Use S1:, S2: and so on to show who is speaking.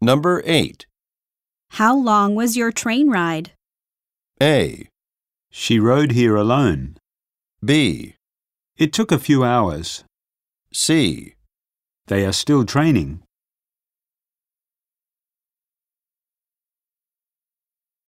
S1: Number 8.
S2: How long was your train ride?
S1: A.
S3: She rode here alone.
S1: B.
S3: It took a few hours.
S1: C.
S3: They are still training.